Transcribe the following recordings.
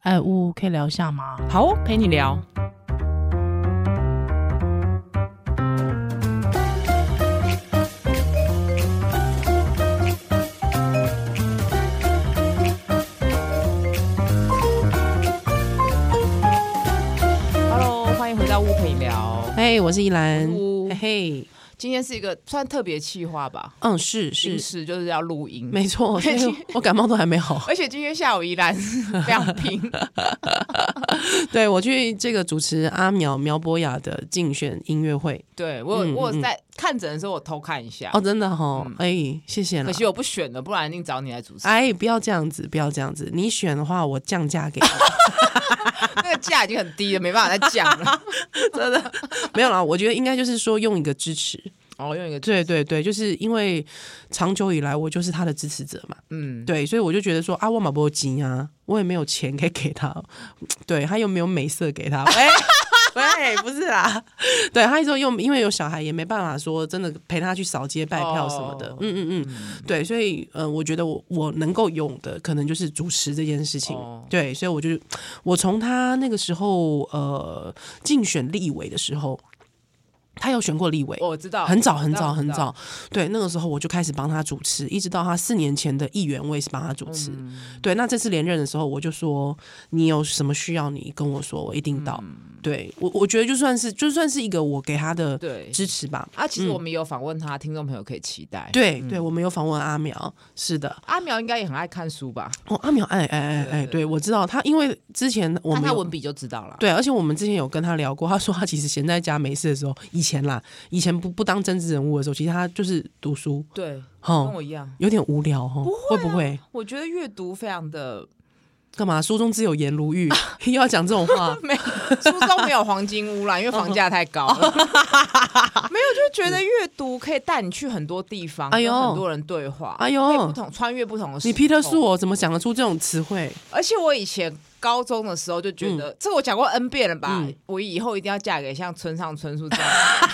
哎，呜，可以聊一下吗？好哦，陪你聊。Hello，欢迎回到屋陪你聊。嘿，我是依兰呜嘿嘿，今天是一个算特别企划吧，嗯，是临是，时就是要录音，没错，所以我感冒都还没 好。而且今天下午依然是非常 拼，对我去这个主持阿苗苗博雅的竞选音乐会，对我有嗯我嗯有在看诊的时候我偷看一下，哦，真的哈、哦嗯，哎、谢谢了可。惜我不选了，不然一定找你来主持。哎，不要这样子，不要这样子，你选的话，我降价 给你。那个价已经很低了，没办法再降了。真的没有啦，我觉得应该就是说用一个支持，哦，用一个对对对，就是因为长久以来我就是他的支持者嘛，嗯，对，所以我就觉得说啊，我马波金啊，我也没有钱可以给他，对他又没有美色给他，喂喂，不是啦，对他说又因为有小孩也没办法说真的陪他去扫街拜票什么的，哦嗯嗯嗯，对，所以呃，我觉得我我能够用的可能就是主持这件事情，哦对，所以我就我从他那个时候呃竞选立委的时候，他有选过立委，我知道，很早我很知道早很，我知道早，对，那个时候我就开始帮他主持，一直到他四年前的议员，我也是帮他主持。嗯对，那这次连任的时候，我就说你有什么需要，你跟我说，我一定到。嗯对我，我觉得就算是就算是一个我给他的对支持吧。啊。其实我们也有访问他，听众朋友可以期待。，对对，我们有访问阿苗，是的，阿苗应该也很爱看书吧？哦，阿苗，哎哎哎哎，对我知道他，因为之前我看们他有文笔就知道了。对，而且我们之前有跟他聊过，他说他其实闲在家没事的时候，以前啦，以前不不当政治人物的时候，其实他就是读书，对，哈跟，我一样。有点无聊哈，会啊不会？我觉得阅读非常的干嘛？书中自有颜如玉， 又要讲这种 话没书中没有黄金屋啦，因为房价太高了。没有，就觉得阅读可以带你去很多地方，哎呦跟很多人对话，哎呦可以不同穿越不同的时你皮特空素我怎么讲得出这种词汇？而且我以前高中的时候就觉得，这我讲过 N 遍了吧？嗯我以后一定要嫁给像村上春树这 样。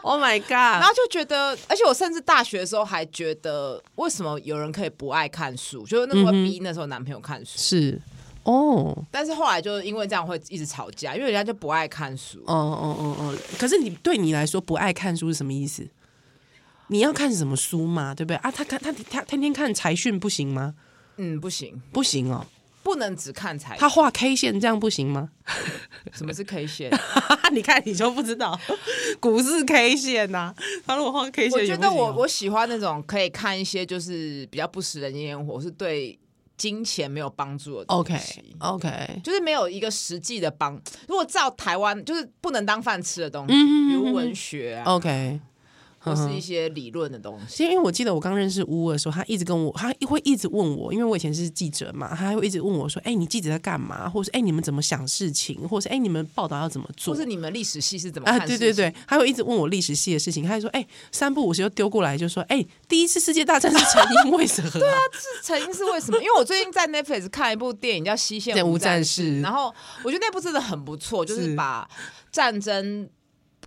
Oh my 然 god！后就觉得，而且我甚至大学的时候还觉得，为什么有人可以不爱看书？就是那时候嗯哼逼那时候男朋友看书，是哦，哦但是后来就因为这样会一直吵架，因为人家就不爱看书。哦哦哦。可是你对你来说不爱看书是什么意思？你要看什么书嘛？对不对啊？他看他他天天看财讯不行吗？嗯，不行，不行哦，不能只看才。他画 K 线这样不行吗？什么是 K 线？ 你看你就不知道， 股市 K 线呐、他如果画 K 我也觉不得行我哦我喜欢那种可以看一些就是比较不食人间烟火，是对金钱没有帮助的东 OK 西。 OK，就是没有一个实际的帮。如果照台湾，就是不能当饭吃的嗯东西，比如文学啊， OK，或是一些理论的东西。其实因为我记得我刚认识乌的时候，他一直跟我，他会一直问我，因为我以前是记者嘛，他会一直问我说：“哎、你记者在干嘛？或是哎、你们怎么想事情？或是哎、你们报道要怎么做或是你们历史系是怎？”么啊，看？对对对，，他会一直问我历史系的事情，他还说：“哎、三不五时又丢过来，就说：哎、第一次世界大战是成因为 什么、对啊，是成因是为什么？因为我最近在 Netflix 看一部电影叫《西线无无战战事然后我觉得那部真的很不错，就是是把战争。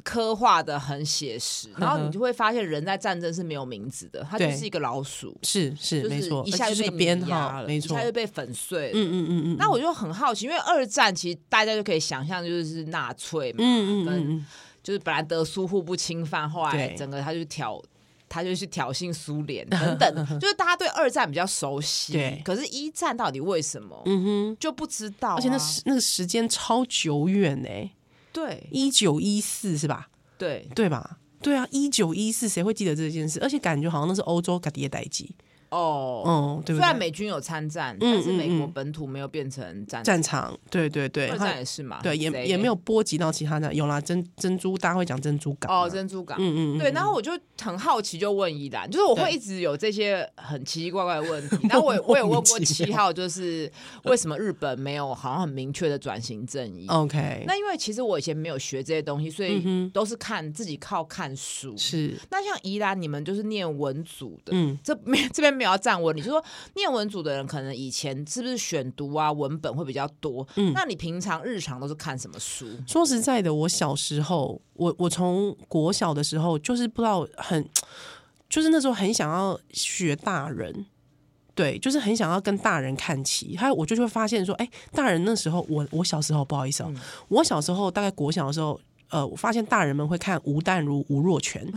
刻画的很写实，然后嗯你哼就会发现人在战争是没有名字的，它就对是一个老鼠，是是就没是错，一下而且就是被个编碾压号，了没一错下。就被粉碎了。嗯嗯嗯嗯，那我就很好奇，因为二战其实大家就可以想象，就是纳粹嘛，嗯嗯嗯跟嗯，就是本来德苏互不侵犯，后来对整个他就挑。他就去挑衅 苏联等等，就是大家对二战比较熟对悉，可是一战到底为什么、嗯哼。就不知道啊、而且那时那个时间超久远哎、对一九一四是吧？对，对吧？对啊，一九一四谁会记得这件事？而且感觉好像那是欧洲嘎迪的代际，哦，嗯，对虽不然对？美军有参战，嗯但是美国嗯嗯本土没有变成战，战场，对对对，二它战也是嘛，对也很贼也没有波及到其他的，有啦，珍珍珠大家会讲珍珠港嘛哦，珍珠港，嗯嗯嗯，对，然后我就很好奇，就问依兰，就是我对会一直有这些很奇奇怪怪的问 题。然后我也我也问过七号，就是为什么日本没有好像很明确的转型正哦义？嗯 OK，那因为其实我以前没有学这些东西，所以都是看自己靠看书。嗯是那像宜兰，你们就是念文组的，嗯这没这边没有要站文理，就说念文组的人可能以前是不是选读啊文本会比较多？嗯那你平常日常都是看什么书？说实在的，我小时候，我我从国小的时候就是不知道很，就是那时候很想要学大人。对，就是很想要跟大人看齐。还有我就会发现说，哎、大人那时候，我我小时候不好意思哦、我小时候大概国小的时候。呃，我发现大人们会看吴淡如、吴若权，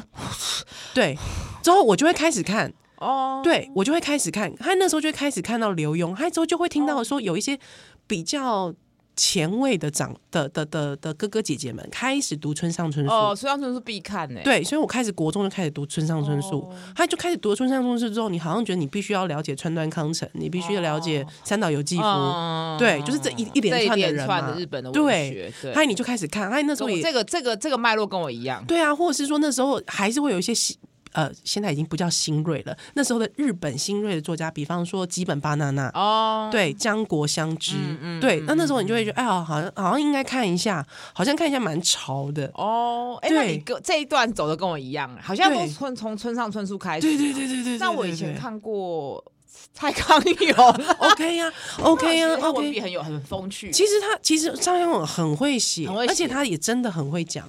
对，之后我就会开始看，哦，对我就会开始看，他那时候就会开始看到刘墉，他之后就会听到哦说有一些比较前卫的长的的的的哥哥姐姐们开始读村上春树。哦，孙上春是必看呢、欸。对，所以我开始国中就开始读村上春树，哦他就开始读村上春树之后，你好像觉得你必须要了解川端康成，你必须要了解三岛由纪夫，嗯，对，就是这一一连哦串这一的连人串嘛的，日本的文对学，对，嗨，你就开始看，嗨，那时跟候我也这个这个这个脉络跟我一样，对啊，或者是说那时候还是会有一些新呃，现在已经不叫新锐了，那时候的日本新锐的作家，比方说吉本巴娜娜，哦，对，江国相知，嗯嗯对嗯，那那时候你就会觉得，哎呀，好像好像应该看一下，好像看一下蛮潮的，哦，哎，那对你跟这一段走的跟我一样，啊好像都对村从村上春树开始。对对对对对对。那我以对前对看过蔡康永 OK 呀，OK 呀他文，OK。笔很有很风趣，其实他其实张向勇很会写，很会而且写他也真的很会讲。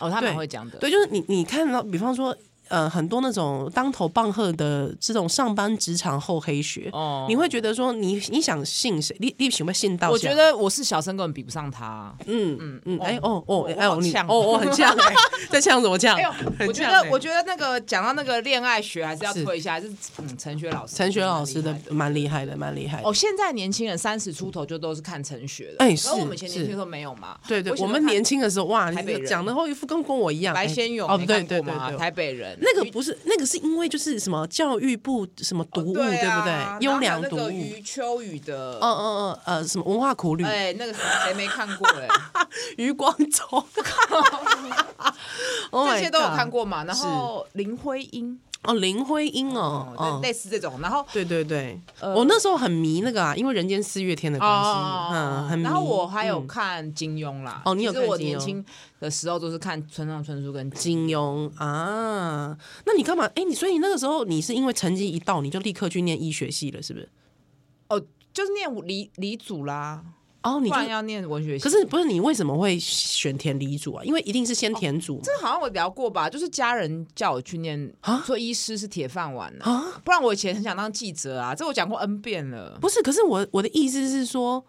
哦，他蛮对会讲的。对，就是你你看到，比方说，呃，很多那种当头棒喝的这种上班职场厚黑学，哦，你会觉得说你你想信谁？你你喜欢信到？我觉，得我是小生根本比不上他。啊嗯嗯嗯，哎哦我哦我哎好哦你呛哦我很 呛哎，在呛什么呛哎呦？， 很我觉呛得哎我觉得那个讲到那个恋爱学，还是要是推一下，还是嗯陈雪老师，陈雪老师的蛮厉蛮害厉害的，蛮厉害的哦，。现在年轻人三十出头就都是看陈雪的，哎然后是我们以前年轻的时候没有嘛？对对，以前我都们看年轻的时候，哇，台北人你讲的后一副跟跟我一样。白哎先勇哦，没对看对过对嘛对，台北人那个不是那个是因为就是什么教育部什么读物，对对不啊对？优良然读后还有那个物。余秋雨的，嗯嗯嗯呃，什么文化苦 旅， 哎，那个谁没看过哎？余光中，Oh my 这些都有 God 看过嘛？然后林徽因，哦，林徽因哦，哦，哦类类似这种，然后对对对，呃我那时候很迷那个啊，因为《人间四月天》的关系，嗯，很迷。哦然后我还有嗯看金庸啦。哦你有其实我看金庸年轻的时候都是看村上春树跟金。金庸啊，那你干嘛？哎，你所以你那个时候你是因为成绩一到，你就立刻去念医学系了，是不是？哦，就是念理理组啦，哦，你不就然要念文学系。可是不是你为什么会选填理组啊？因为一定是先填组嘛。这好像我聊过吧，就是家人叫我去念啊，说医师是铁饭碗啊，啊，不然我以前很想当记者啊，这我讲过 N 遍了。不是，可是我我的意思是说，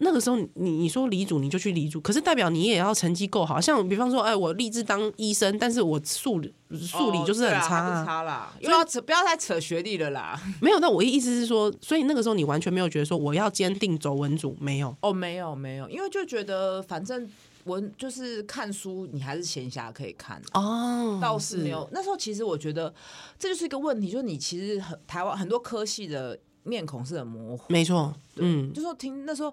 那个时候你你你说理组你就去理组，可是代表你也要成绩够好。像比方说，哎，我立志当医生，但是我数数理就是很哦对差、啊还不差啦，又要扯，不要再扯学历了啦。没有。那我的意思是说，所以那个时候你完全没有觉得说我要坚定走文组，没有。哦，没有没有，因为就觉得反正文就是看书，你还是闲暇可以看。啊哦，倒是没有。那时候其实我觉得这就是一个问题，就是你其实很台湾很多科系的面孔是很模糊。没错，嗯，就说听那时候，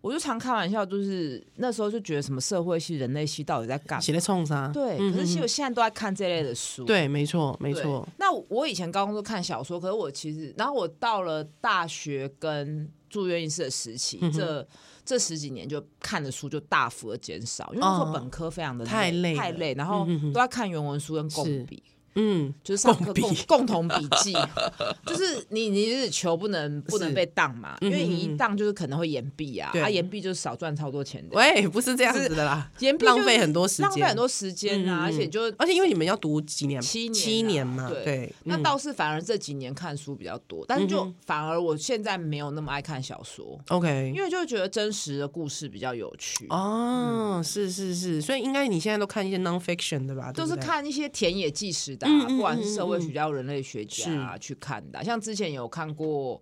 我就常开玩笑，就是那时候就觉得什么社会系、人类系到底在干嘛？写的冲啥？对，嗯可是其实嗯我现在都在看这类的书。嗯对，没错，没对，错，那我以前高中都看小说，可是我其实，然后我到了大学跟住院医师的时期，嗯哼这这十几年就看的书就大幅的减少，因为那时候哦本科非常的太累累了太累，然后嗯哼哼都在看原文书跟是共笔。嗯，就是上课共笔共共同笔 记，就是你你日求不能不能是被当嘛，因嗯为哼你一哼当就是可能会延毕啊，对啊延毕就是少赚超多钱的，喂，不是这样子的啦，延毕浪就是费很多时浪费间很多时间嗯啊，嗯而且就而且因为你们要读几年？七年啊七年嘛，对对。那嗯倒是反而这几年看书比较多，但是就嗯反而我现在没有那么爱看小说， OK 因为就觉得真实的故事比较有趣。哦，是是是，所以应该你现在都看一些 non-fiction 的吧？对都不是对看一些田野纪实的、啊，嗯嗯不管是社嗯会嗯学家、人类学家、啊、去看的啊、像之前有看过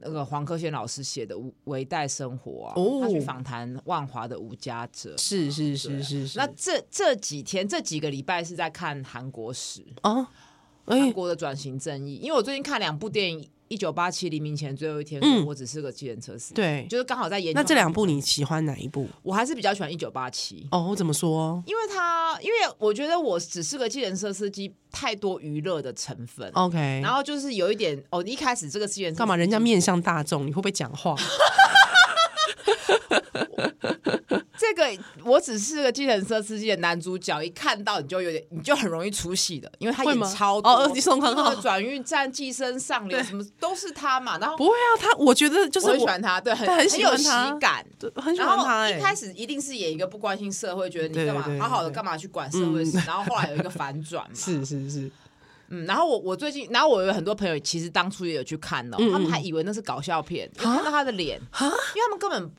那个黄克轩老师写的《维代生活》啊，哦他去访谈万华的无家者。是是是是是。那这这几天这几个礼拜是在看韩国史，哦，韩哎，国的转型正义。因为我最近看两部电影，《一九八七》黎明前最后一天，嗯说我只是个计程车司机，对，就是刚好在研究。那这两部你喜欢哪一部？我还是比较喜欢《一九八七》。哦，怎么说因为他，因为我觉得我只是个计程车司机，太多娱乐的成分。哦？OK，然后就是有一点哦，你一开始这个资源干嘛？人家面向大众，你会不会讲话？ 这个我只是个计程车司机的男主角，一看到你就有点，你就很容易出戏的，因为他会演吗超多哦，你宋康昊那个转运站、寄生上流什么都是他嘛。然后不会啊，他我觉得就是我很喜我欢他，对，很他很喜有欢喜他感。对很喜然欢他后一哎，开始一定是演一个不关心社会，觉得你对干嘛对对好好的对干嘛去管社会嗯 事，然后后来有一个反转嘛。是是是，嗯，然后我我最近，然后我有很多朋友，其实当初也有去看哦，嗯嗯啊他们还以为那是搞笑片，就看到他的脸，因为他们根本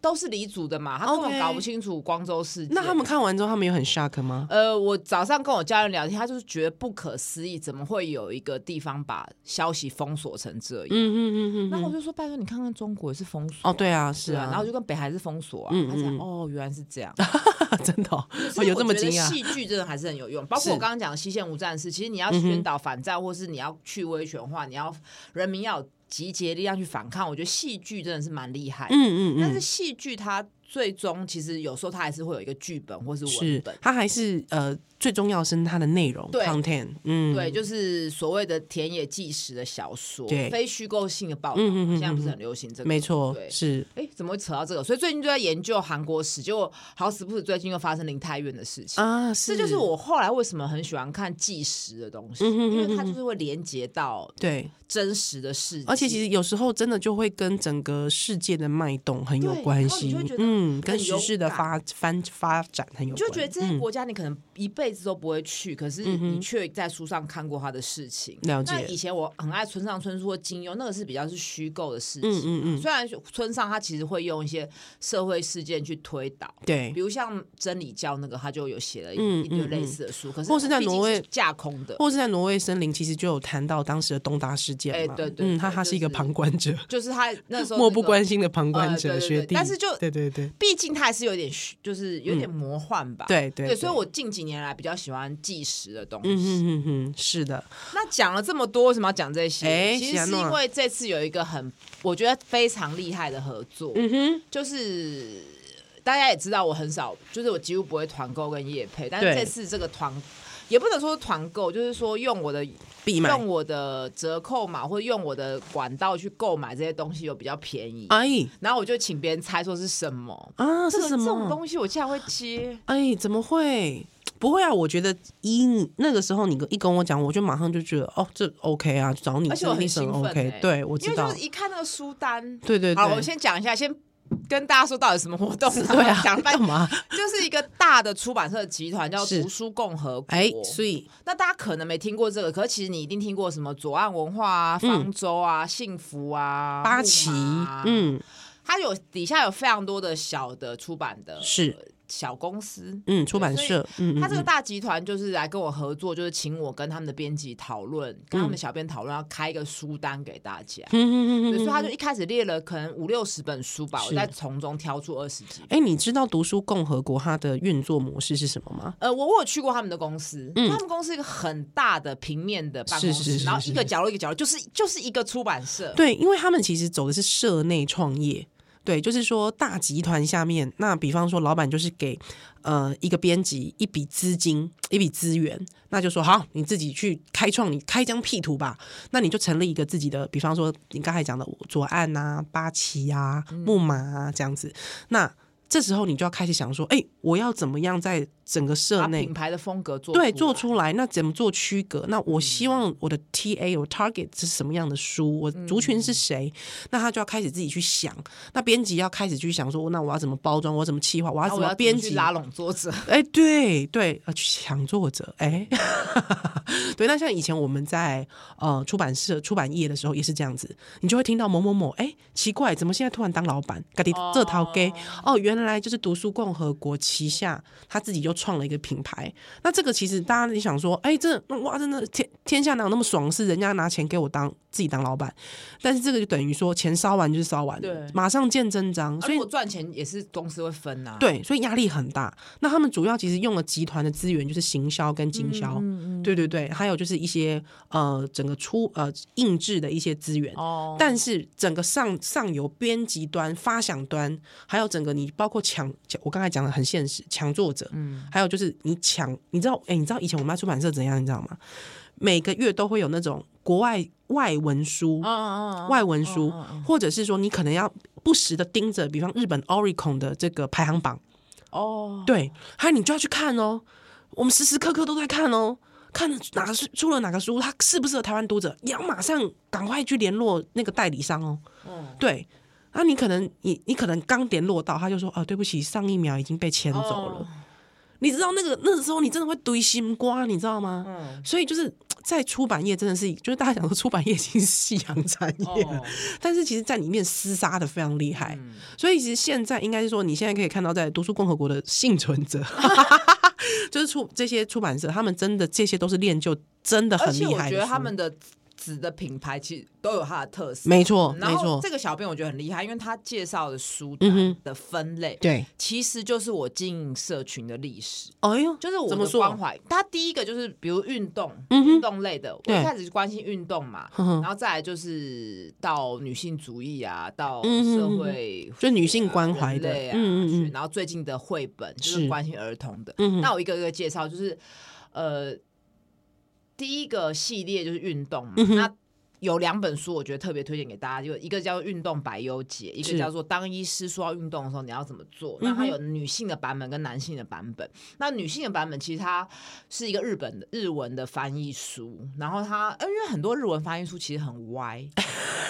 都是黎族的嘛，他根 OK 本搞不清楚光州事件。那他们看完之后，他们有很 shock 吗？呃，我早上跟我家人聊天，他就是觉得不可思议，怎么会有一个地方把消息封锁成这样？嗯嗯嗯然后我就说，拜托你看看中国也是封锁，哦，对啊，是是啊，啊，然后就跟北韩是封锁啊，嗯他讲嗯哦，原来是这样， 真的哦哦所以有这么我觉惊得讶？戏剧真的还是很有用，包是括我刚刚讲的西线无战事，其实你要嗯哼宣导反战，或是你要去威权化，你要人民要有集结力量去反抗，我觉得戏剧真的是蛮厉害的。嗯嗯但是嗯，戏剧它最终其实有时候它还是会有一个剧本或是文是本，，他还是呃，最重要是他的内容对 content，嗯，对，就是所谓的田野纪实的小说，对非虚构性的报道，嗯嗯嗯嗯现在不是很流行这个？没错，对是哎，怎么会扯到这个？所以最近就在研究韩国史，结果好死不死最近又发生林泰院的事情。啊，这就是我后来为什么很喜欢看纪实的东西，嗯哼因为它嗯哼就是会连接到对，真实的事情，而且其实有时候真的就会跟整个世界的脉动很有对关然后你系就会觉，得嗯，跟很时有事的发翻发展很有你关，就觉得这嗯些国家你可能一辈子都不会去，可是你却在书上看过他的事情。了那解以前我很爱村上春树或金庸，那个是比较是虚构的事情。嗯嗯嗯，虽然村上他其实会用一些社会事件去推导，对比，如像真理教那个，他就有写了一、嗯一堆嗯类似的书，可是或是在毕竟挪威架空的，或是在挪威森林，其实就有谈到当时的东达事件哎嘛，对对嗯，对他他就是一个是旁观者，就是他那时候、漠不，关心的旁观呃者对对对学弟，但是就对对对毕竟他还是有点虚就是有点魔幻吧，嗯对对啊对，所以我近几年来比较喜欢纪实的东西。嗯嗯嗯嗯，是的，那讲了这么多，为什么要讲这些？哎其实喜安是诺啊因为这次有一个很我觉得非常厉害的合作，嗯哼，就是大家也知道，我很少，就是我几乎不会团购跟业配，但是对这次这个团。也不能说团购，就是说用我的必买，用我的折扣码或者用我的管道去购买这些东西，有比较便宜。哎然后我就请别人猜说是什么，啊这是个什这种么？东西我竟然会接，哎，怎么会？不会啊，我觉得一你那个时候你跟一跟我讲，我就马上就觉得哦，这 OK 啊，找你而且这我一定很是很兴奋 OK，欸对 我因知为道就是，一看那个书单，对对好，我 对，先讲一下，先跟大家说到底什么活动、对 啊，讲了半干天嘛？就是一个大的出版社集团叫是读书共和国。哎，所以那大家可能没听过这个，可是其实你一定听过什么左岸文化啊、方舟啊、幸福啊、嗯八旗木马啊，嗯它有底下有非常多的小的出版的是小公司。嗯，出版社，嗯嗯他这个嗯，大集团就是来跟我合作，就是请我跟他们的编辑讨论，跟他们的小编讨论，要开一个书单给大家。嗯对嗯嗯所以嗯。他就一开始列了可能五六十本书吧，我是再从中挑出二十几本。哎，你知道读书共和国它的运作模式是什么吗？呃，我我有去过他们的公司，嗯他们公司一个很大的平面的办公室，是是是然后是一个角落一个角落，就是就是一个出版社，对，因为他们其实走的是社内创业。对，就是说大集团下面，那比方说老板就是给呃一个编辑一笔资金、一笔资源，那就说好，你自己去开创，你开张 P 图吧。那你就成立一个自己的，比方说你刚才讲的左岸啊、八旗啊、嗯木马啊这样子。那这时候你就要开始想说，哎、我要怎么样在整个社把内品牌的风格做对，做出来嗯出来，那怎么做区隔？那我希望我的 TA 我 target 是什么样的书，我族群是谁？那他就要开始自己去想，那编辑要开始去想说，那我要怎么包装，我要怎么企划，我要然后怎我么要编编辑辑？拉拢作者，哎、对对，呃，去抢作者，哎、 对。那像以前我们在呃出版社、出版业的时候也是这样子，你就会听到某某某，哎、奇怪，怎么现在突然当老板？嘎迪 这套给哦，原来就是读书共和国旗下，他自己就创了一个品牌。那这个其实大家你想说，哎、这哇，真的天天下哪有那么爽事？人家拿钱给我当自己当老板，但是这个就等于说钱烧完就是烧完了对马上见真章。啊所以如果赚钱也是公司会分呐、啊，对，所以压力很大。那他们主要其实用了集团的资源，就是行销跟经销，嗯对对对，还有就是一些呃整个出呃印制的一些资源。哦，但是整个上上游编辑端、发想端，还有整个你包括抢，抢我刚才讲的很现实，抢作者，嗯，还有就是你抢，你知道，哎、你知道以前我们在出版社怎样，你知道吗？每个月都会有那种国外外文书，嗯嗯嗯，外文书，或者是说你可能要不时的盯着，比方日本 Oricon 的这个排行榜，哦，对，还有你就要去看哦。我们时时刻刻都在看哦，看哪个书出了哪个书，它适不适合台湾读者，你要马上赶快去联络那个代理商哦。嗯，对，那你可能你你可能刚联络到，他就说哦，对不起，上一秒已经被牵走了。哦你知道那个那时候你真的会堆心瓜，你知道吗？嗯所以就是在出版业真的是，就是大家讲说出版业已经是夕阳产业了，哦嗯但是其实在里面厮杀的非常厉害，所以其实现在应该是说，你现在可以看到在读书共和国的幸存者， 就是出这些出版社，他们真的这些都是练就真的而很且厉我害觉的得书他们的纸的品牌其实都有它的特色。嗯没错，然没后错，这个小编我觉得很厉害，因为他介绍的书嗯哼单的分类，对，其实就是我经营社群的历史。哎呦，就是我怎么的说关怀。他第一个就是比如运动，嗯哼运动类的，我对嗯一开始就关心运动嘛，哼哼然后再来就是到女性主义啊，到嗯哼社嗯哼会、就女性关怀的人类啊，嗯嗯嗯然后最近的绘本就是是关心儿童的。嗯哼那我一个一个介绍，就是呃，第一个系列就是运动嘛，嗯哼那。有两本书，我觉得特别推荐给大家，就一个叫《运动百忧解》，一是个叫做《当医师说要运动的时候你要怎么做》。嗯那它哼有女性的版本跟男性的版本。那女性的版本其实它是一个日本的日文的翻译书，然后它、呃因为很多日文翻译书其实 很歪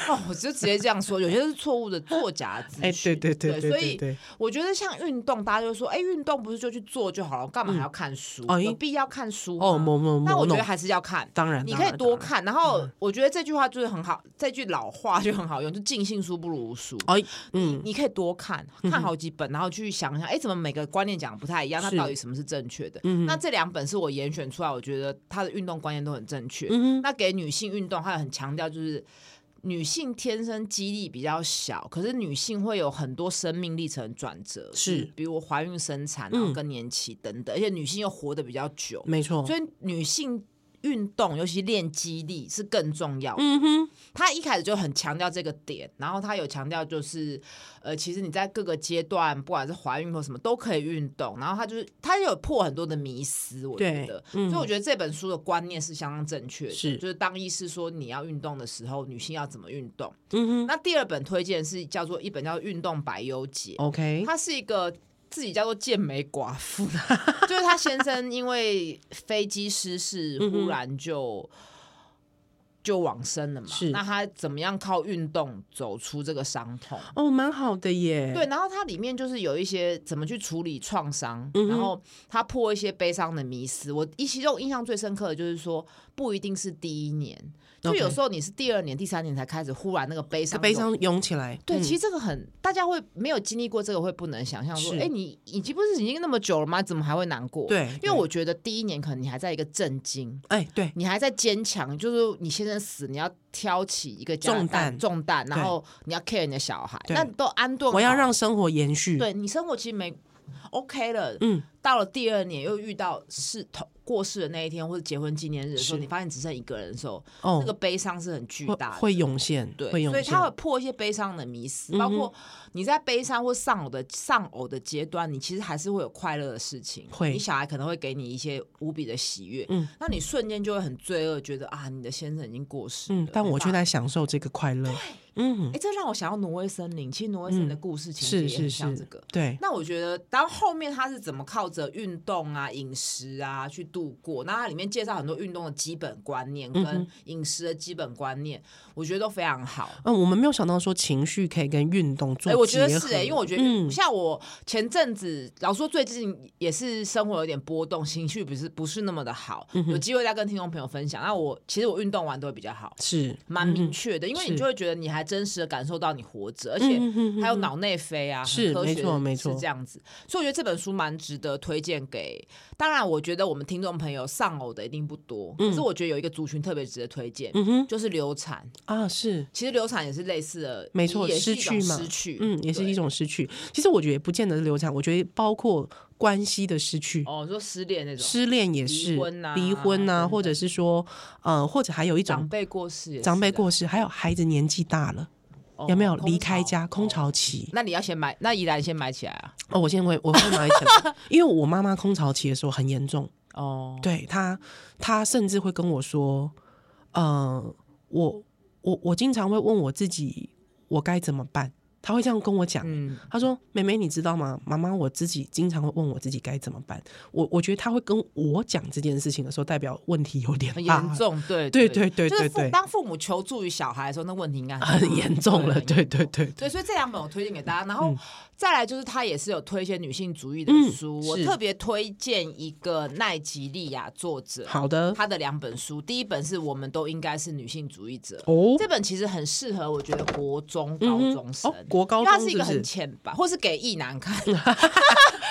哦，我就直接这样说，有些是错误的作假的资哎，讯。对对对对对，所对以对，我觉得像运动，大家就会说，哎、运动不是就去做就好了，干嘛还要看书？哎有必要看书吗哦，某某某，但我觉得某还是要看。当然，你当可以然多当然嗯看，然后我觉得这句话就是很好，这句老话就很好用，就尽信书不如无书。哎，嗯，你可以多看看好几本，然后去想一想，哎，怎么每个观念讲得不太一样？那是到底什么是正确的？嗯那这两本是我严选出来，我觉得它的运动观念都很正确。嗯哼，那给女性运动，它有很强调就是。女性天生肌力比较小，可是女性会有很多生命历程转折，是比如怀孕、生产、然后嗯更年期等等，而且女性又活得比较久，没错，所以女性运动，尤其练肌力是更重要的嗯哼，他一开始就很强调这个点，然后他有强调就是，呃，其实你在各个阶段，不管是怀孕或什么，都可以运动。然后他就是他有破很多的迷思，我觉对得，嗯所以我觉得这本书的观念是相当正确的，是就是当医师说你要运动的时候，女性要怎么运动。嗯哼那第二本推荐是叫做一本叫做《运动百忧解》， ，OK，她是一个自己叫做健美寡妇， 就是她先生因为飞机失事，嗯哼忽然就。就往生了嘛？是那她怎么样靠运动走出这个伤痛？哦，蛮好的耶，对，，然后它里面就是有一些怎么去处理创伤，嗯哼然后她破一些悲伤的迷思。我一其中印象最深刻的就是说，不一定是第一年，就 OK 有时候你是第二年、第三年才开始，忽然那个悲伤悲涌伤涌起来，对，嗯其实这个很，大家会没有经历过这个，会不能想象说，是哎、你已经不是已经那么久了吗？怎么还会难过？，对，因为对我觉得第一年可能你还在一个震惊，哎，对，你还在坚强，就是你先生死，你要挑起一个家的呃重担重担，然对后你要 care 你的小孩，对那都安顿好，我要让生活延续，对你生活其实没 OK 了，嗯，到了第二年又遇到是同过世的那一天，或者结婚纪念日的时候，是你发现只剩一个人的时候，哦那个，悲伤是很巨会大的，会涌现，对，会涌所以现他，会破一些悲伤的迷思，嗯哼包括你在悲伤或丧偶的丧偶的阶段，你其实还是会有快乐的事情，会你小孩可能会给你一些无比的喜悦，嗯，那你瞬间就会很罪恶，觉得啊，你的先生已经过世了，嗯，但我却得，在享受这个快乐，嗯哎、，这让我想到挪威森林，其实挪威森林的嗯故事情是节也很是像是这个。，对，那我觉得，当后面他是怎么靠着运动啊、饮食啊去度过？那它里面介绍很多运动的基本观念嗯跟哼饮食的基本观念，我觉得都非常好。嗯，我们没有想到说情绪可以跟运动做哎、结合，我觉得是哎、因为我觉得、嗯像我前阵子，老实说最近也是生活有点波动，情绪不是不是那么的好，嗯有机会再跟听众朋友分享。那我其实我运动完都会比较好，是蛮明确的，因为嗯你是嗯就会觉得你还真实的感受到你活着，而且还有脑内啡啊，很是科学没错没错是这样子。所以我觉得这本书蛮值得推荐给。当然，我觉得我们听众朋友丧偶的一定不多，可是我觉得有一个族群特别值得推荐，嗯哼就是流产。啊是。其实流产也是类似的，没错，也是失一种去嘛，失去，嗯，也是对一种失去。其实我觉得也不见得是流产，我觉得包括关系的失去，哦，你说失恋那种，失恋也是，离婚啊离婚等啊，等或者是说，呃，或者还有一长种辈过世也是啊，长辈过世，还有孩子年纪大了，哦有没有空离开家空哦巢期？那你要先买，那依然先买起来啊。哦，我现在会我会买起 来，因为我妈妈空巢期的时候很严重，哦，对她，她甚至会跟我说，呃嗯、我我我经常会问我自己，我该怎么办？他会这样跟我讲。嗯，他说：“妹妹，你知道吗？妈妈，我自己经常会问我自己该怎么办。我我觉得他会跟我讲这件事情的时候，代表问题有点很大严，重，对对对对对就是对父对当父母求助于小孩的时候，那问题应该很严重了。对对对对，对，所以这两本我推荐给大家，然后、嗯再来就是他也是有推一些女性主义的嗯书，我是特别推荐一个奈吉利亚作者好的他的两本书，第一本是我们都应该是女性主义者，哦这本其实很适合我觉得国中高嗯中哼生，哦，国高因为它中是一是个不很是？浅白，或是给异男 看，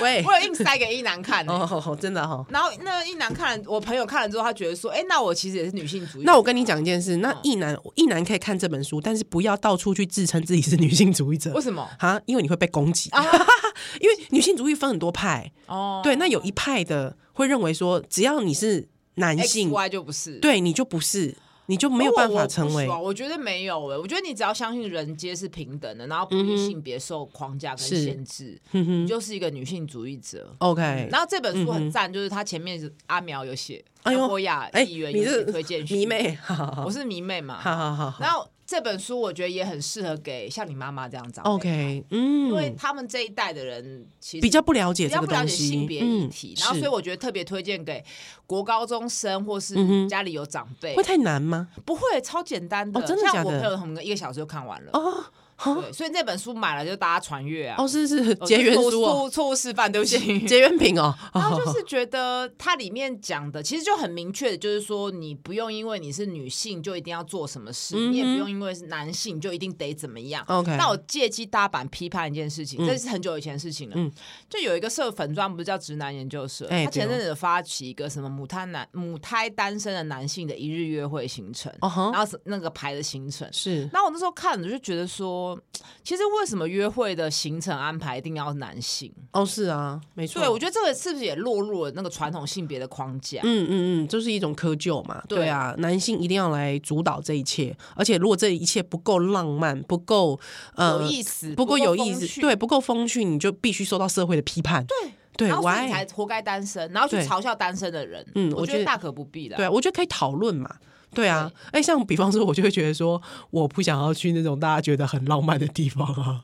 喂，我有硬塞给异男看、欸哦，好好，真的哈、然后那一男看了，我朋友看了之后，他觉得说，哎、那我其实也是女性主义。那我跟你讲一件事，嗯那一男一男可以看这本书，但是不要到处去自称自己是女性主义者 为什么？啊，因为你会被攻击。啊 因为女性主义分很多派，哦，对，那有一派的会认为说，只要你是男 X 性， Y 就不是，对你就不是，你就没有办法成为我我不。爽我觉得没有哎、我觉得你只要相信人皆是平等的，然后不嗯与哼性别受框架跟是嗯限制，哼你哼就是一个女性主义者。 ，OK，然后这本书嗯很哼赞，就是他前面是阿苗有写，哎呦郭雅哎议员你有写是推荐序迷，妹，好好好我是迷妹嘛。好好好然后这本书我觉得也很适合给像你妈妈这样长辈，OK，因为嗯，他们这一代的人其实比较不了解比这较个不了东解西，嗯性别议题，然后所以是我觉得特别推荐给国高中生或是嗯哼家里有长辈会，太难吗？不会超简单的，哦真的假像我的朋友他们一个小时就看完了，哦，哈，对，所以那本书买了就大家传阅啊。哦，是是哦结缘错误书哦，错误错误示范，对不起。 结缘品哦，然后就是觉得它里面讲的其实就很明确，就是说你不用因为你是女性就一定要做什么事，你嗯也不哼哦用因为是男性就一定得怎么样。 OK，那我借机搭板批判一件事嗯情，这是很久以前的事情了。嗯就有一个社粉专，不是叫直男研究社，哎他前对哦阵子发起一个什么母胎男母胎单身的男性的一日约会行程，哦哈然后是那个排的行程。是然后我那时候看，我就觉得说，其实为什么约会的行程安排一定要男性？哦是啊，没错，对，我觉得这个是不是也落入了那个传统性别的框架？嗯嗯嗯，就是一种窠臼嘛。对对啊，男性一定要来主导这一切，而且如果这一切不够浪漫，不够呃有意思，不够有意风思，趣对，。不够风趣，你就必须受到社会的批判。对对然后所以你才，why？活该单身，然后去对嘲笑单身的人，嗯我我觉觉得得大可不必的。对啊，我觉得可以讨论嘛。对啊，哎、像比方说，我就会觉得说，我不想要去那种大家觉得很浪漫的地方啊，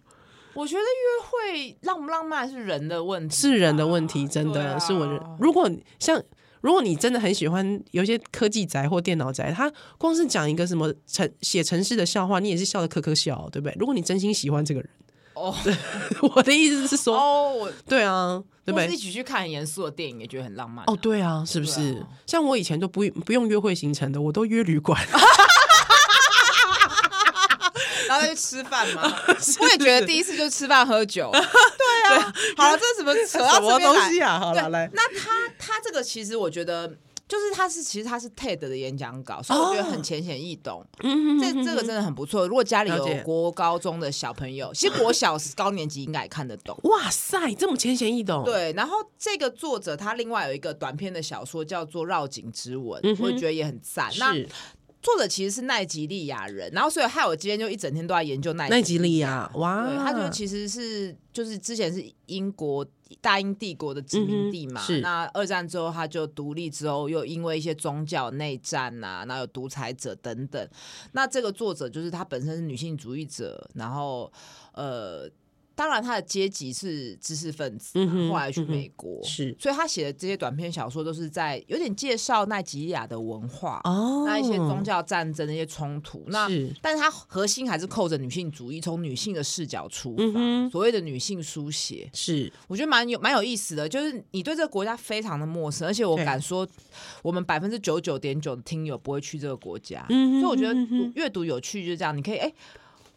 我觉得约会浪不浪漫是人的问题，是人的问题，真的、哦对是我人啊。如果像如果你真的很喜欢有一些科技宅或电脑宅，他光是讲一个什么城写城市的笑话，你也是笑得可可笑，对不对？如果你真心喜欢这个人，哦 我的意思是说，哦，我对啊，对不或是对一？起去看很严肃的电影也觉得很浪漫啊哦，对啊，是不是？对啊像我以前都不不用约会行程的，我都约旅 馆。然后再去吃饭 嘛。我也觉得第一次就是吃饭喝酒，对啊，好了，这 是什么扯什到这么边东来？西啊？好了，来，那他他这个其实我觉得。就是他是其实他是 TED 的演讲稿，所以我觉得很浅显易懂。嗯这这个真的很不错。如果家里了解有国高中的小朋友，其实国小高年级应该也看得懂。哇塞，这么浅显易懂。，对，然后这个作者他另外有一个短篇的小说叫做《绕颈之吻》，嗯哼我也觉得也很赞。那是作者其实是奈及利亚人，然后所以害我今天就一整天都在研究奈奈及及利啊亚，哇，啊对，他就其实是就是之前是英国大英帝国的殖民地嘛，嗯哼是那二战之后他就独立之后，又因为一些宗教内战呐、然后有独裁者等等。那这个作者就是他本身是女性主义者，然后呃，当然他的阶级是知识分子嘛，嗯哼后来去嗯哼美国，是所以他写的这些短篇小说都是在有点介绍奈及利亚的文化。哦，那一些宗教战争的一些冲突，那是但是它核心还是扣着女性主义，从女性的视角出发，嗯哼所谓的女性书写，是我觉得蛮有蛮有意思的。就是你对这个国家非常的陌生，而且我对敢说，我们百分之九九点九的听友不会去这个国家，嗯哼所以我觉得嗯读哼阅读有趣就是这样，你可以哎。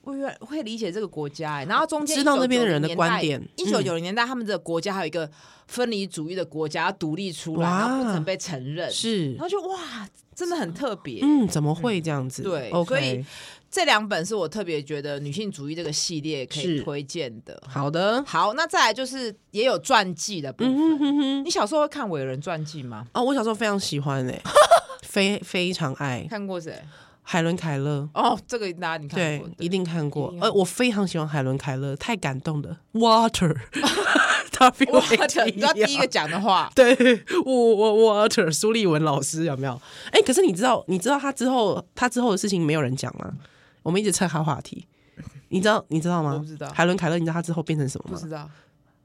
我原来会理解这个国家、哎，然后中间知道那边的人的观点一九九零年代，他们这个国家还有一个分离主义的国家要独立出来，哇然后不曾被承认，嗯是然，后就哇，真的很特别。嗯，怎么会这样子？对所以，OK，这两本是我特别觉得女性主义这个系列可以是推荐的。好的，好，那再来就是也有传记的部分。嗯哼哼哼，你小时候会看伟人传记吗？哦，我小时候非常喜欢诶，非非常爱看过谁？海伦凯勒。哦，这个大家你看对过，一定看一过定。看呃，我非常喜欢海伦凯勒，太感动了。Water，W 哇 A 这 T，你知道第一个讲的话 对，我我 Water 苏立文老师有没有？哎、可是你知道，你知道他之后他之后的事情没有人讲吗？我们一直蹭他话题，你知道你知道我吗不？知道，海伦凯勒，你知道他之后变成什么不吗知？道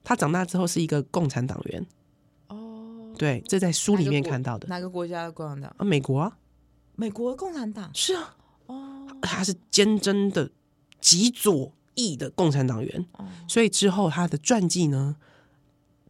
他长大之后是一个共产党员，哦。对，这在书里哪个面国看到的哪个国家的共产党？啊，美国啊，美国共产党是啊，哦他是坚贞的极左翼的共产党员，哦，所以之后他的传记呢，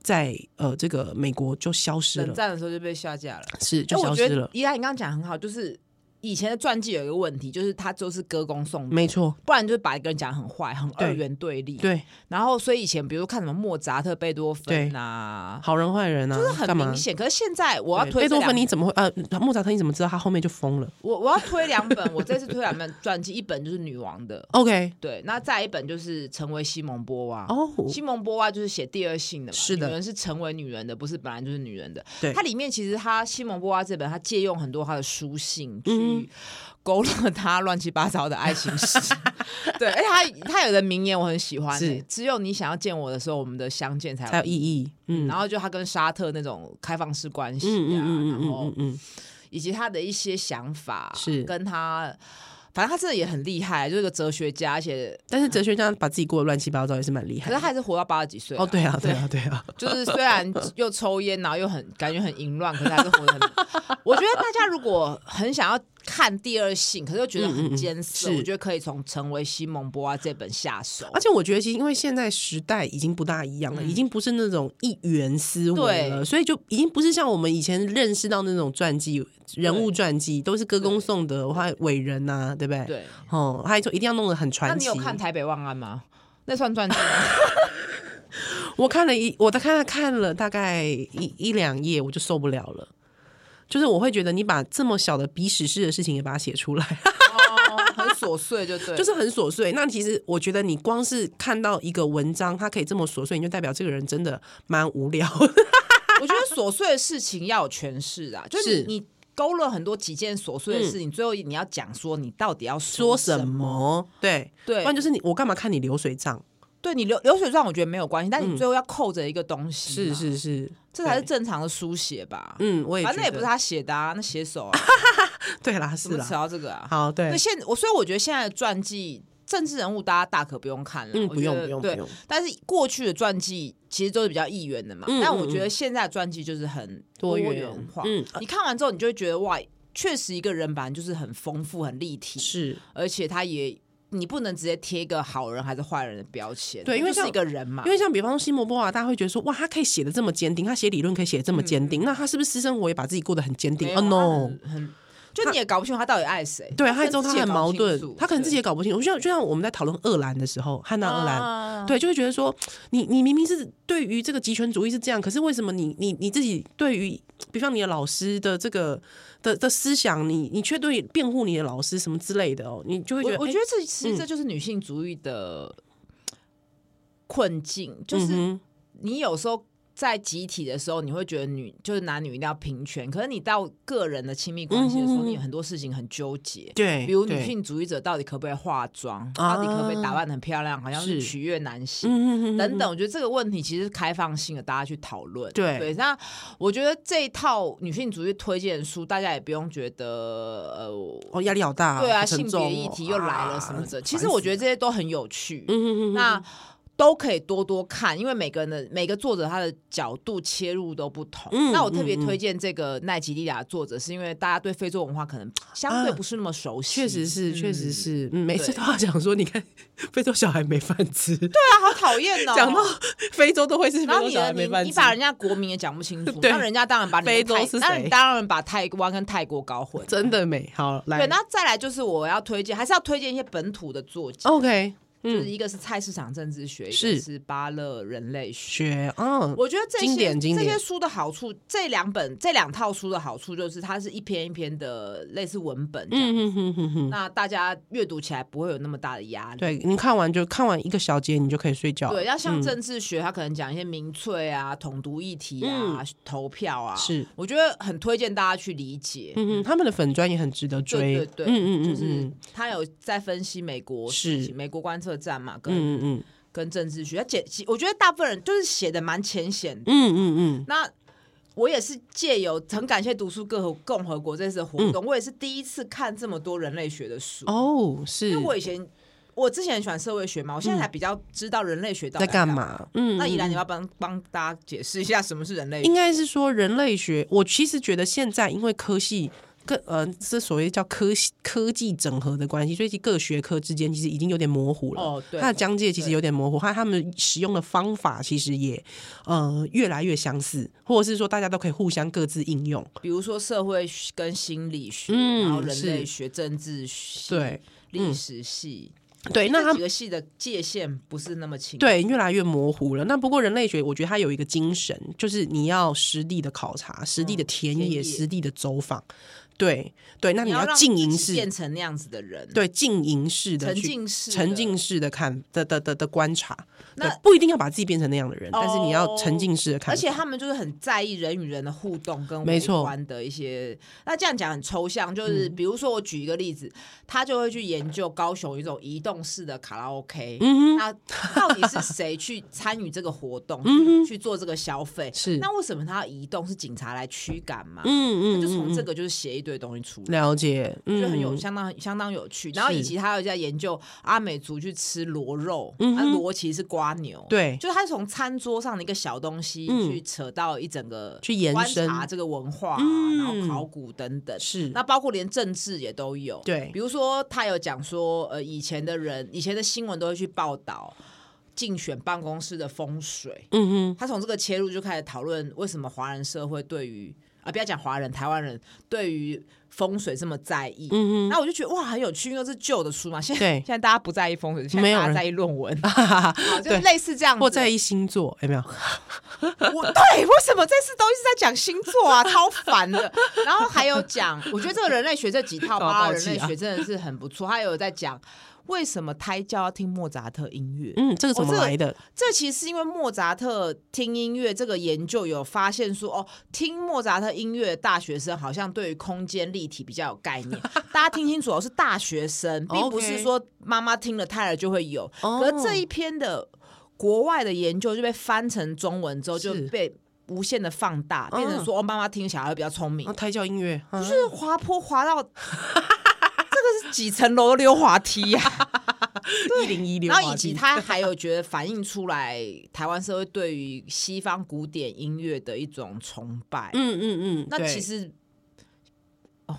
在呃这个美国就消失冷了，战的时候就被下架了，是就哎消我失觉得了，依然你刚刚讲得很好，就是以前的传记有一个问题，就是他就是歌功颂德，没错，不然就是把一个人讲得很坏，很对二元对立。对，然后所以以前比如说看什么莫扎特、贝多芬啊，好人坏人啊，就是很干嘛明？显。可是现在我要对推贝这多两芬，你怎么会？呃，莫扎特你怎么知道他后面就疯了我我要推两本，我这次推两本传记，一本就是女王的， ？OK，对，那再一本就是成为西蒙波娃。哦，西蒙波娃就是写第二性的嘛，是的女人是成为女人的，不是本来就是女人的。对它里面其实他西蒙波娃这本，他借用很多他的书信嗯去勾勒他乱七八糟的爱情史。对，而且他他有的名言我很喜欢、是欸只有你想要见我的时候，我们的相见才才有有意意义。义。嗯，然后就他跟沙特那种开放式关系嗯啊，嗯嗯然嗯后嗯嗯以及他的一些想法，是跟他，反正他真的也很厉害，就是一个哲学家，而且但是哲学家把自己过得乱七八糟也是蛮厉害可是的。他还是活到八十几岁、哦，对啊，对啊，对啊，就是虽然又抽烟，然后又很感觉很淫乱，可是还是活得很。 我觉得大家如果很想要看第二性，可是又觉得嗯嗯嗯很艰涩，是我觉得可以从《成为西蒙波娃》这本下手而。且我觉得，其实因为现在时代已经不大一样了，嗯已经不是那种一元思维了，对所以就已经不是像我们以前认识到那种传记人物传记，都是歌功颂德，还有伟人呐、对不对？，对，哦，还说一定要弄得很那传你奇。有看《台北万安》吗？ 那算传记吗？我看了一，我大概看了大概一一两页，我就受不了了。就是我会觉得你把这么小的鼻屎式的事情也把它写出来，哦，很琐碎，就对，就是很琐碎。那其实我觉得你光是看到一个文章，它可以这么琐碎，你就代表这个人真的蛮无聊的。我觉得琐碎的事情要有诠释啊，就是是你你勾勒很多几件琐碎的事情，最后你要讲说你到底要嗯说什什么？么？对，对不然就是你，我干嘛看你流水账？对你流流水账我觉得没有关系，但你最后要扣着一个东西嗯是嘛，是是，这才是对正常的书写吧。嗯，我也反正也觉得不是他写的啊，那写手啊，对啦，怎是么啦扯，到这个啊？好对对，，现我所以我觉得现在的传记，政治人物大家大可不用看了，嗯，我不觉用得不用不对。用，但是过去的传记其实都是比较一元的嘛，嗯但我嗯觉嗯得现在的传记就是很多元化，嗯，你看完之后，你就会觉得哇，确实一个人本来就是很丰富、很立体，是而且他也你不能直接贴一个好人还是坏人的标签，对因为他就是像一个人嘛因。为像比方说西摩波娃，大家会觉得说，哇，他可以写的这么坚定，他写理论可以写的这么坚定，那他是不是私生活也把自己过得很坚定？没有啊哦、no，他很很就你也搞不清楚他到底爱谁，对，还有之后他自己也很搞矛不盾清楚，啊他可能自己也搞不清楚。就像就像我们在讨论荷兰的时候，汉娜荷兰，嗯啊对，就会觉得说，你你明明是对于这个集权主义是这样，可是为什么你你你自己对于，比方你的老师的这个的的思想，你你却对辩护你的老师什么之类的哦，你就会觉得，我我哎觉得这其嗯实这就是女性主义的困境，就嗯是哼你有时候。在集体的时候，你会觉得女就是男女一定要平权，可是你到个人的亲密关系的时嗯哼候，哼你有很多事情很纠结。对，比如对女，性主义者到底可不可以化妆，啊到底可不可以打扮得很漂亮，好像是是取悦男性。嗯哼哼等等，，我觉得这个问题其实是开放性的，大家去讨论。对对，那我觉得这一套女性主义推荐的书，大家也不用觉得呃，哦，压力好大哦，对啊，好性沉重哦别议题又来了什么的。啊其烦死实我觉得了这些都很有趣，嗯哼哼哼那都可以多多看，因为每个人的每个作者他的角度切入都不同。嗯那我特别嗯嗯推荐这个奈吉利亚的作者，是因为大家对非洲文化可能相对啊不是那么熟悉，确实是，确实嗯是，嗯每次对都要讲说，你看非洲小孩没饭吃，好讨厌哦！讲到非洲都会是非然后洲你小的孩你没饭你吃，把人家国民也讲不清楚，对那人家当然把你非跟洲泰是谁那你当然把台湾跟泰国搞混。真的美好来。对，那再来就是我要推荐，还是要推荐一些本土的作家， OK，就是哦嗯，一个是菜市场政治学，一个是是巴勒人类学。学嗯，我觉得这些经典经这典些书的好处，这两本这两套书的好处就是它是一篇一篇的类似文本这样，嗯哼哼哼哼，那大家阅读起来不会有那么大的压力。对你看完就看完一个小节，你就可以睡觉。对，要像嗯政治学，他可能讲一些民粹啊、统独议题啊、投票啊，嗯是，我觉得很推荐大家去理解。嗯哼，他们的粉砖也很值得追。对对对，嗯嗯就嗯是嗯他有在分析美国是事情美国观测站嘛，跟、嗯嗯跟政治学，他解其我觉得大部分人就是写的蛮浅显的。嗯嗯嗯那我也是借由很感谢读书各共和国这次的活动，我也是第一次看这么多人类学的书，嗯嗯，哦，因是为，我以前。我之前很喜欢社会学嘛，我现在才比较知道人类学到嗯底在干。嘛？嗯，那依嗯然你要帮帮大家解释一下什么是人类学应该是说人类学，我其实觉得现在因为科系。各呃，这所谓叫科系科技整合的关系，所以其实各学科之间其实已经有点模糊了。哦对它的疆界其实对有点模糊，还有他们使用的方法其实也呃越来越相似，或者是说大家都可以互相各自应用。比如说社会学跟心理学，嗯然后人是类学、政治系、对历史系，对，那这他几个系的界限不是那么清。，对，越来越模糊了。那不过人类学，我觉得它有一个精神，就是你要实地的考察、实地的田嗯田野、野实地的走访。对对，那你你要要让静自营己式，变成那样子的人，，对静营式的沉去浸式的，沉浸式的看的的的的观察。对那不一定要把自己变成那样的人，但是你要哦沉浸式的看。而且他们就是很在意人与人的互动跟没围错嗯观的一些。那这样讲很抽象，就是比如说我举一个例子，他就会去研究高雄有一种移动式的卡拉 OK。嗯哼，那到底是谁去参与这个 活动，去做这个消费？嗯是那为什么他要移动？是警察来驱赶吗？嗯嗯，就从嗯这嗯个就是写一堆东西出来。了解，嗯，就很有相当相当有趣，然后以及他又在研究阿美族去吃螺肉，嗯那哼螺其实是瓜牛，对，就是他从餐桌上的一个小东西嗯去扯到一整个去延观伸察这个文化啊，嗯然后考古等等。是那包括连政治也都有，对比如说他有讲说，呃，以前的人，以前的新闻都会去报道竞选办公室的风水，嗯哼，他从这个切入就开始讨论为什么华人社会对于啊，不要讲华人，台湾人对于风水这么在意。嗯然后我就觉得哇，很有趣，因为这是旧的书嘛，现在对现在大家不在意风水，现没在有大家人在意论文， 哼，就是类似这样子。或在意星座有没有？我对，为什么这次都一直在讲星座 啊，超烦的。然后还有讲，我觉得这个人类学这 几套干嘛巴拉爆人气类啊学真的是很不错，还有在讲。为什么胎教要听莫扎特音乐？嗯，这个怎哦么这个来的？这其实是因为莫扎特听音乐这个研究有发现说，哦，听莫扎特音乐的大学生好像对于空间立体比较有概 念。大家听清楚哦，是大学生，并不是 OK 说妈妈听了胎儿就会有。哦可是这一篇的国外的研究就被翻成中文之后，就是被无限的放大，变嗯成说哦，妈妈听小孩比较聪明啊，，胎教音乐，啊就是滑坡滑到这个是几层楼的溜滑梯呀、一零一六啊然后话以及题，他还有觉得反映出来台湾社会对于西方古典音乐的一种崇拜。嗯嗯嗯，那对其实哦，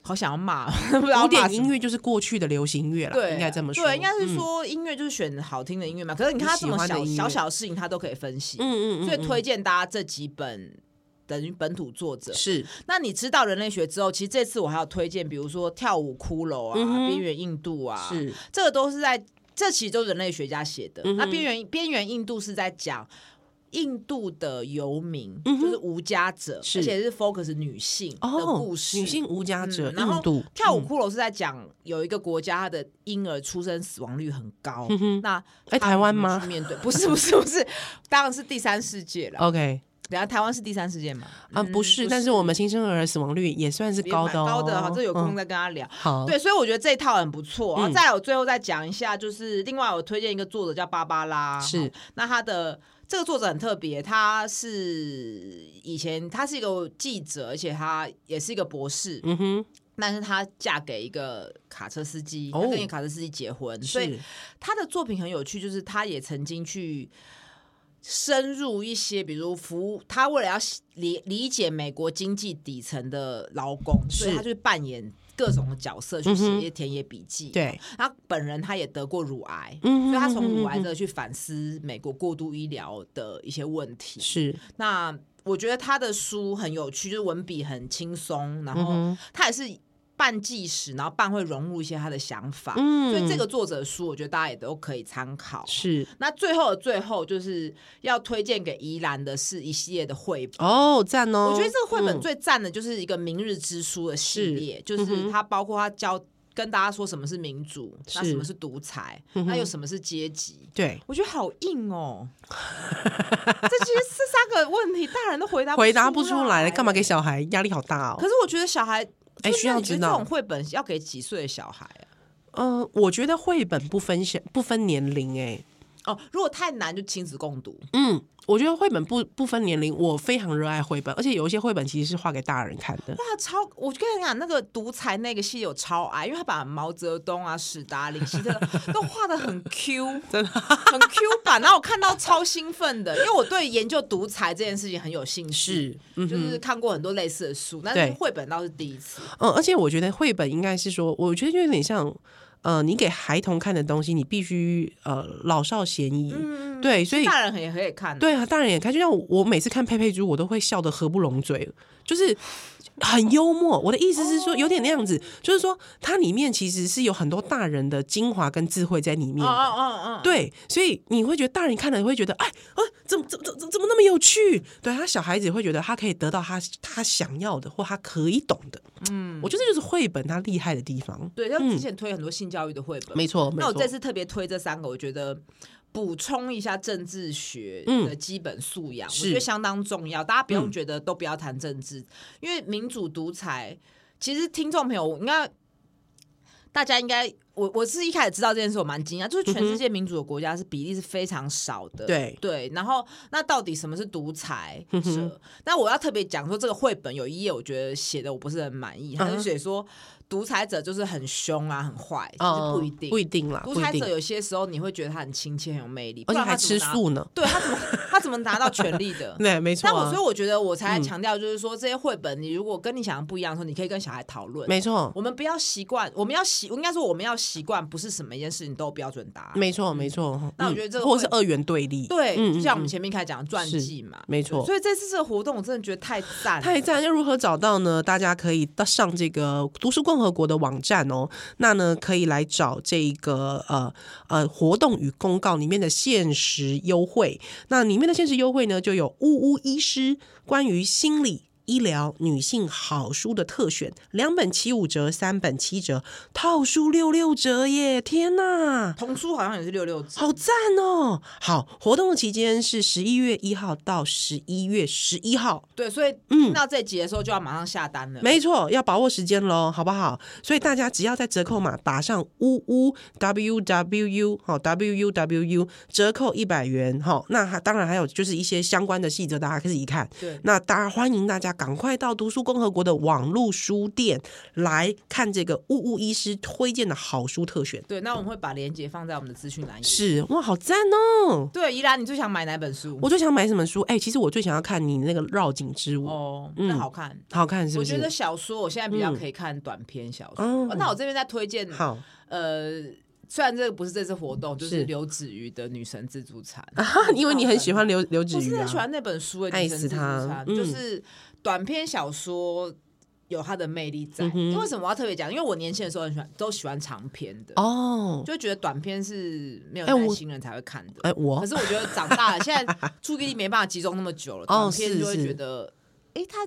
好想要骂，哦 不知古道要骂典什音么。乐就是过去的流行乐了，对，啊应该这么说，对，应该是嗯，说音乐就是选好听的音乐嘛。可是你看他这么你喜欢小的音乐小小的事情，他都可以分析，嗯嗯嗯，所以嗯推荐大家这几本等于本土作者。是那你知道人类学之后，其实这次我还有推荐，比如说《跳舞骷髅》啊，嗯哼边缘印度》啊，是，这个都是在这其实都是人类学家写的。嗯哼那边缘边缘印度是在讲印度的游民，嗯哼就是无家者，是而且是 focus 女性的哦故，事。女性无家者，嗯然后印度跳舞嗯骷髅是在讲有一个国家，它的婴儿出生死亡率很高。嗯哼那哎，台湾他们怎么去吗面对不是不是不是，当然是第三世界了。 ？OK 等下台湾是第三世界嘛？啊，不是，但是我们新生儿死亡率也算是也高蛮的哦，高的哈，这有空嗯再跟他聊。好，对，所以我觉得这一套很不错。然后嗯再来，我最后再讲一下，就是另外我推荐一个作者叫芭芭拉，是那他的这个作者很特别，他是以前他是一个记者，而且他也是一个博士，嗯哼，但是他嫁给一个卡车司机，哦他跟一个卡车司机结婚，所以是他的作品很有趣，就是他也曾经去。深入一些，比如服务，他为了要理理解美国经济底层的劳工，所以是嗯他就扮演各种的角色去写一些田野笔记。对，他本人他也得过乳癌，嗯所以他嗯从嗯乳癌嗯这个去反思美国过度医疗的一些问题。是那我觉得他的书很有趣，就是文笔很轻松，嗯然后他也是半纪实，然后半会融入一些他的想法。嗯啊所以这个作者的书，我觉得大家也都可以参考。是那最后的最后，就是要推荐给宜兰的是一系列的绘本。哦，赞哦，我觉得这个绘本嗯最赞的就是一个《明日之书》的系列，就嗯是哼它包括它教跟大家说什么是民主，那是什么是独裁，嗯哼那有什么是阶级。对。我觉得好硬哦，这其实是三个问题，大人都回答回答不出来，干嘛给小？小孩压力好大可哦？是我觉得小孩，哎就是需要你觉得知道这种绘本要给几岁的小孩啊？呃嗯、我觉得绘本不分享不分年龄、哎，哦，如果太难就亲子共读，嗯，我觉得绘本不不分年龄，我非常热爱绘本，而且有一些绘本其实是画给大人看的。哇，超！我跟你讲，那个独裁那个戏有超爱，因为他把毛泽东啊、史达林、希特勒都画的很 Q， 真的很 Q 版。然后我看到超兴奋的，因为我对研究独裁这件事情很有兴趣，是嗯就是看过很多类似的书，但对是绘本倒是第一次。嗯，而且我觉得绘本应该是说，我觉得就有点像，呃，你给孩童看的东西，你必须呃老少咸宜，嗯，对，所以大人很也可以看，，对啊，大人也看，就像我我每次看佩佩猪，我都会笑得合不拢嘴，就是很幽默。我的意思是说，有点那样子，就是说它里面其实是有很多大人的精华跟智慧在里面的。哦哦哦哦，对，所以你会觉得大人看了会觉得，哎啊，怎么怎么怎么怎么那么有趣？对他小孩子也会觉得他可以得到他他想要的或他可以懂的。嗯，我觉得这就是绘本它厉害的地方。对，像之前推很多性教育的绘本，没错，没那我错这。次特别推这三个，我觉得补充一下政治学的基本素养，嗯我是嗯觉得相当重要。大家不用觉得都不要谈政治，因为民主独裁，其实听众朋友应该。大家应该，我我是一开始知道这件事，我蛮惊讶，就是全世界民主的国家是比例是非常少的，嗯对对。然后，那到底什么是独裁嗯哼者？那我要特别讲说，这个绘本有一页我觉得写的我不是很满意，他嗯就哼写说独裁者就是很凶啊，很坏，其嗯实不一定，不一定啦，独不一裁定者，有些时候你会觉得他很亲切、很有魅力，而不且然还他怎吃么拿，素呢。 对他怎么他怎么拿到权力的？对， 没错、但我啊所以，我觉得我才强调，就是说这些绘本，你如果跟你想的不一样的时候，你可以跟小孩讨论。没错，我们不要习惯，我们要习，应该说我们要习惯，不是什么一件事情都有标准答案。没错，没错。那我嗯觉得这个或者是会二元对立，对，嗯就像我们嗯前面一开始讲的传记嘛，没错。所以这次这个活动我真的觉得太赞 了，太赞！要如何找到呢？大家可以到上这个读书共和国的网站哦。那呢，可以来找这一个呃呃活动与公告里面的限时优惠。那里面的限时优惠呢，就有呜呜医师关于心理。医疗女性好书的特选，两本七五折，三本七折，套书六六折耶！天呐！童书好像也是六六折，好赞哦！好，活动的期间是十一月一号到十一月十一号，对，所以听到这集的时候就要马上下单了。嗯没错，要把握时间喽，好不好？所以大家只要在折扣码打上“呜呜 w w u” 好 “w u w u”，折扣一百元哈。那还当然还有就是一些相关的细则，大家可以看。对，那大家欢迎大家赶快到读书共和国的网络书店来看这个呜呜医师推荐的好书特选。对，那我们会把链接放在我们的资讯栏页。是哇，好赞哦！对，怡然，你最想买哪本书？我最想买什么书？哎、其实我最想要看你那个《绕颈之舞》哦，那好看。好看嗯是我不是？觉得小说我现在比较可以看短篇小说。嗯哦那我这边再推荐，好，呃，虽然这个不是这次活动，就是是刘子瑜的《女神自助餐》 啊因为你很喜欢刘刘子我真瑜的啊很，喜欢那本书欸，《爱女神死自助她餐》嗯就是短篇小说。有它的魅力在，嗯哼因为什么我要特别讲？因为我年轻的时候很喜欢，都喜欢长篇的，哦，就觉得短篇是没有哎我耐心人才会看的。哎、我可是我觉得长大了，现在注意力没办法集中那么 久了，短片是就会哦是觉得，哎、他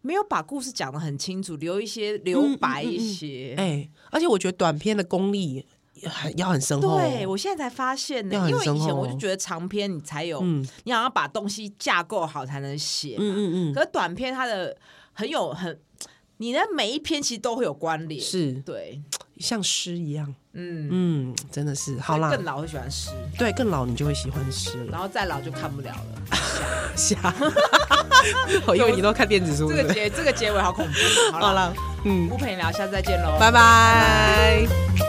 没有把故事讲得很清楚，留一些留白一些。哎、而且我觉得短片的功力也很要很深厚。哦对，我现在才发现呢、要很因为以深前厚我就哦觉得长篇你才有，嗯你好像把东西架构好才能写，嗯嗯嗯，可是短篇它的很有很，你的每一篇其实都会有关联，是对，像诗一样。嗯，嗯，真的是好啦更。老会喜欢诗，对，更老你就会喜欢诗了。 然后再老就看不了了。下，我以为你都看电子书这是不个是结这个结尾好恐怖，好好了，了，嗯，不陪你聊，下次再见喽，拜拜